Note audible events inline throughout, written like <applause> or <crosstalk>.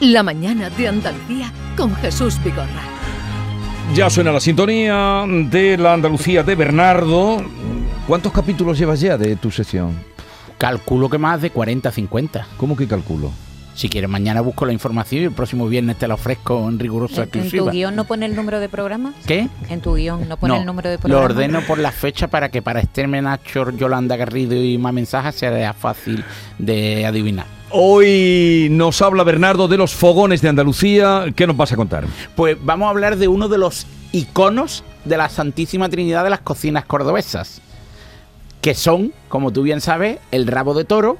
La mañana de Andalucía con Jesús Vigorra. Ya suena la sintonía de la Andalucía de Bernardo. ¿Cuántos capítulos llevas ya de tu sesión? Calculo que más de 40, 50. ¿Cómo que calculo? Si quieres, mañana busco la información y el próximo viernes te la ofrezco en rigurosa Eh, ¿En, en tu exclusiva. guión no pone el número de programa? ¿Qué? En tu guión no pone No, el número de lo programa. ordeno por la fecha para que para Esther Nacho, Yolanda Garrido y más mensajes sea fácil de adivinar. Hoy nos habla Bernardo de los fogones de Andalucía. ¿Qué nos vas a contar? Pues vamos a hablar de uno de los iconos de la Santísima Trinidad de las cocinas cordobesas, que son, como tú bien sabes, el rabo de toro,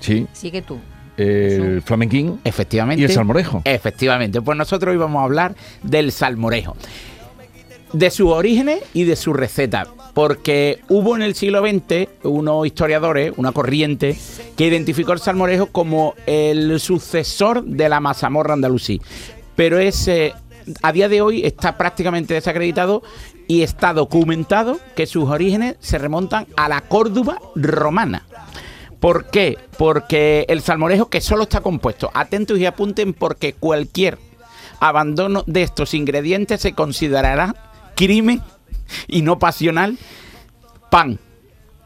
Sí, Sigue tú. el flamenquín efectivamente. y el salmorejo. Eh, Efectivamente, pues nosotros hoy vamos a hablar del salmorejo, de sus orígenes y de su receta, porque hubo en el siglo XX unos historiadores, una corriente, que identificó el salmorejo como el sucesor de la mazamorra andalusí, pero ese... A día de hoy está prácticamente desacreditado y está documentado que sus orígenes se remontan a la Córdoba romana. ¿Por qué? Porque el salmorejo que solo está compuesto, atentos y apunten porque cualquier abandono de estos ingredientes se considerará crimen y no pasional. Pan,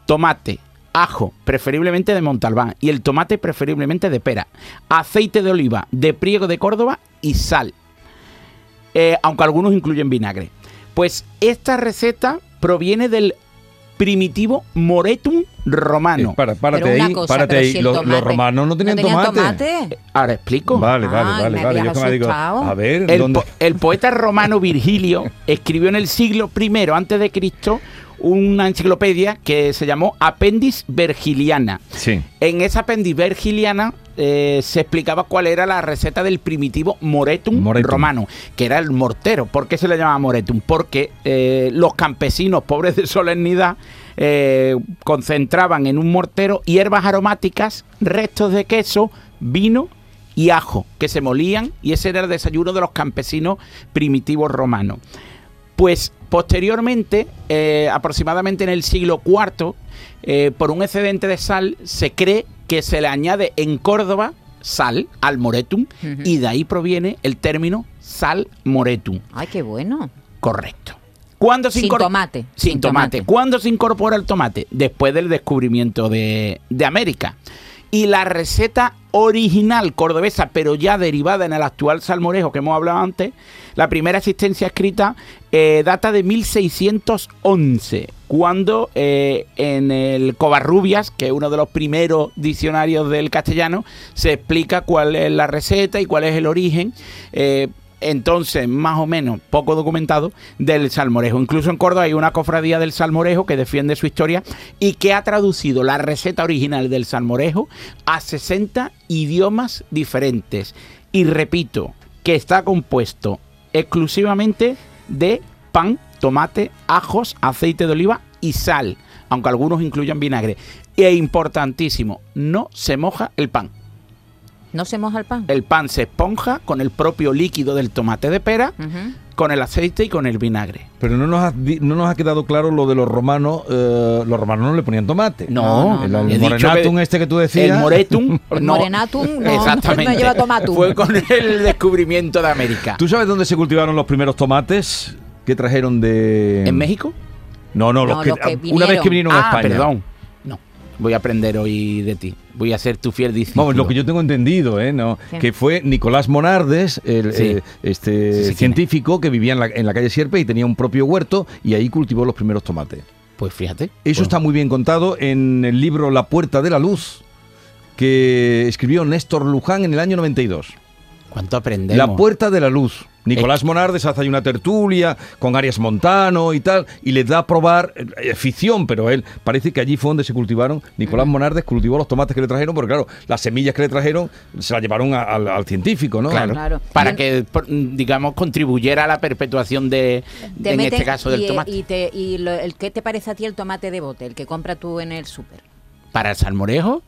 tomate, ajo, preferiblemente de Montalbán y el tomate preferiblemente de pera, aceite de oliva, de priego de Córdoba y sal. Eh, aunque algunos incluyen vinagre. Pues esta receta proviene del primitivo moretum romano. Eh, para, párate Pero una ahí, cosa, párate pero ahí. si el Los, tomate- los romanos no tenían, tomate? Ahora explico. Vale, Ah, vale, vale. me vale. habías Yo que me digo, asustado. a ver, El, ¿dónde? po- el poeta romano Virgilio escribió en el siglo I antes de Cristo una enciclopedia que se llamó Appendix Vergiliana. Sí. En esa Appendix Vergiliana eh, se explicaba cuál era la receta del primitivo moretum, Moretum. romano, que era el mortero. ¿Por qué se le llamaba moretum? Porque eh, los campesinos pobres de solemnidad eh, concentraban en un mortero hierbas aromáticas, restos de queso, vino y ajo, que se molían y ese era el desayuno de los campesinos primitivos romanos. Pues posteriormente, eh, aproximadamente en el siglo IV, eh, por un excedente de sal, se cree que se le añade en Córdoba sal al moretum Ujú. y de ahí proviene el término sal moretum. Ay, qué bueno. Correcto. ¿Cuándo se Sin incorpora- tomate, Sin, sin tomate. tomate. ¿Cuándo se incorpora el tomate? Después del descubrimiento de, de América. Y la receta original cordobesa, pero ya derivada en el actual salmorejo que hemos hablado antes, la primera existencia escrita eh, data de 1611, cuando eh, en el Covarrubias, que es uno de los primeros diccionarios del castellano, se explica cuál es la receta y cuál es el origen. eh, entonces, más o menos, poco documentado, del salmorejo. Incluso en Córdoba hay una cofradía del salmorejo que defiende su historia y que ha traducido la receta original del salmorejo a 60 idiomas diferentes. Y repito, que está compuesto exclusivamente de pan, tomate, ajos, aceite de oliva y sal, aunque algunos incluyan vinagre. E importantísimo, no se moja el pan. ¿No se moja el pan? El pan se esponja con el propio líquido del tomate de pera Ujú. con el aceite y con el vinagre. Pero no nos, ha, di- no nos ha quedado claro lo de los romanos. eh, los romanos no le ponían tomate. No, No, El, no, el he dicho morenatum que- este que tú decías. El <laughs> moretum. El no, morenatum no, exactamente. no lleva tomatum. Fue con el <laughs> descubrimiento de América. ¿Tú sabes dónde se cultivaron los primeros tomates que trajeron de... ¿En México? No, no, los No, que, los que una vez que vinieron. vinieron a ah, España. perdón. No, voy a aprender hoy de ti. Voy a ser tu fiel discípulo. Vamos, lo que yo tengo entendido, ¿eh? No, Sí. que fue Nicolás Monardes, el, Sí. eh, este Sí, sí, quién es. científico que vivía en la, en la calle Sierpe y tenía un propio huerto y ahí cultivó los primeros tomates. Pues fíjate. Eso Pues, está muy bien contado en el libro La Puerta de la Luz que escribió Néstor Luján en el año 92. ¿Cuánto aprendemos? La Puerta de la Luz. Nicolás Monardes hace ahí una tertulia con Arias Montano y tal, y les da a probar eh, ficción, pero él parece que allí fue donde se cultivaron. Nicolás Monardes cultivó los tomates que le trajeron, porque claro, las semillas que le trajeron se las llevaron a- al, al científico, ¿no? Claro. Claro. Para Y- que, por- digamos, contribuyera a la perpetuación de, Te en meten- este caso, del y, eh, tomate. Y, te- y lo- el, ¿Qué te parece a ti el tomate de bote, el que compra tú en el súper? Para el salmorejo,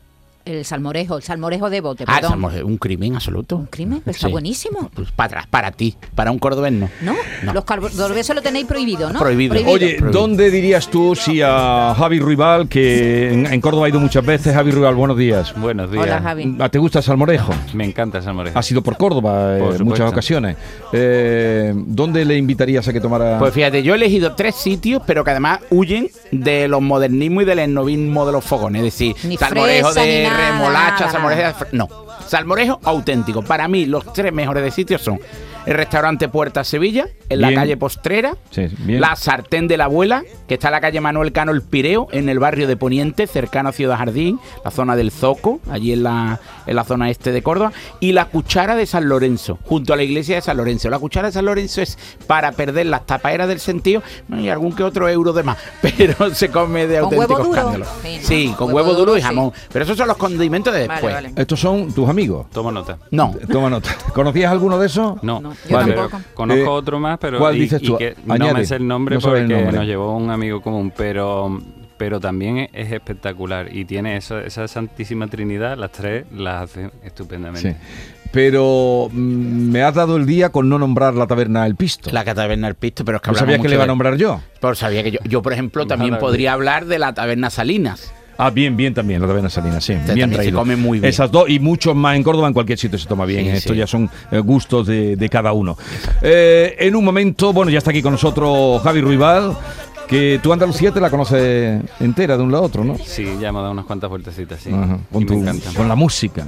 el salmorejo, el salmorejo de bote, Ah, perdón. salmorejo, un crimen absoluto. Un crimen, pero está buenísimo. Pues para atrás, para ti, para un cordobés no. ¿No? No. Los carbohidratos lo tenéis prohibido, ¿no? Prohibido. Oye, Prohibido. ¿dónde dirías tú si a Javi Ruibal, que en, en Córdoba ha ido muchas veces, Javi Ruibal, buenos días. Buenos días. Hola, Javi. ¿A- ¿Te gusta el salmorejo? Me encanta esa moreja. Ha sido por Córdoba eh, Por en muchas supuesto. ocasiones. Eh, ¿Dónde le invitarías a que tomara...? Pues fíjate, yo he elegido tres sitios, pero que además huyen de los modernismos y del esnovismo de los fogones. Es decir, Ni salmorejo fresa, ni de nada, remolacha, nada, salmorejo de... nada. fr- No, salmorejo auténtico. Para mí, los tres mejores de sitios son el restaurante Puerta Sevilla, en la Bien. calle Postrera, Sí, bien. la Sartén de la Abuela, que está en la calle Manuel Cano El Pireo, en el barrio de Poniente, cercano a Ciudad Jardín, la zona del Zoco, allí en la, en la zona este de Córdoba, y la Cuchara de San Lorenzo, junto a la iglesia de San Lorenzo. La Cuchara de San Lorenzo es para perder las tapaderas del sentido bueno, y algún que otro euro de más, <laughs> pero se come de Con auténtico huevo duro. escándalo. Sí, Sí, ¿no? con Huevo huevo, duro, duro, y sí. jamón. Pero esos son los condimentos de Vale, después. vale. Estos son tus amigos. Tomo nota. No, Toma nota. ¿Conocías alguno de esos? No, No, yo Vale. tampoco. Pero conozco Eh, otro más, pero ¿cuál y- dices y tú? que Añade. no me sé el nombre No sabes porque el nombre. nos llevó un amigo común, pero pero también e-, es- es espectacular y tiene eso- esa santísima trinidad, las tres las hace Sí. estupendamente. Pero mm, me has dado el día con no nombrar la taberna El Pisto. la cataverna del pisto, pero es que ¿No hablamos sabías que mucho le iba a de- nombrar yo? Pero sabía que yo, yo, por ejemplo, también Ojalá. podría hablar de la taberna Salinas. Ah, bien, bien también, la taberna salina, sí. bien también se traído. come muy bien. Esas dos y muchos más en Córdoba, en cualquier sitio se toma bien. Sí, Esto sí. ya son eh, gustos de, de cada uno. Eh, en un momento, bueno, ya está aquí con nosotros Javi Ruibal, que tú Andalucía te la conoces entera de un lado a otro, ¿no? Sí, ya me ha dado unas cuantas vueltecitas, sí. Ajá, Y con, me tu- encanta. con la música.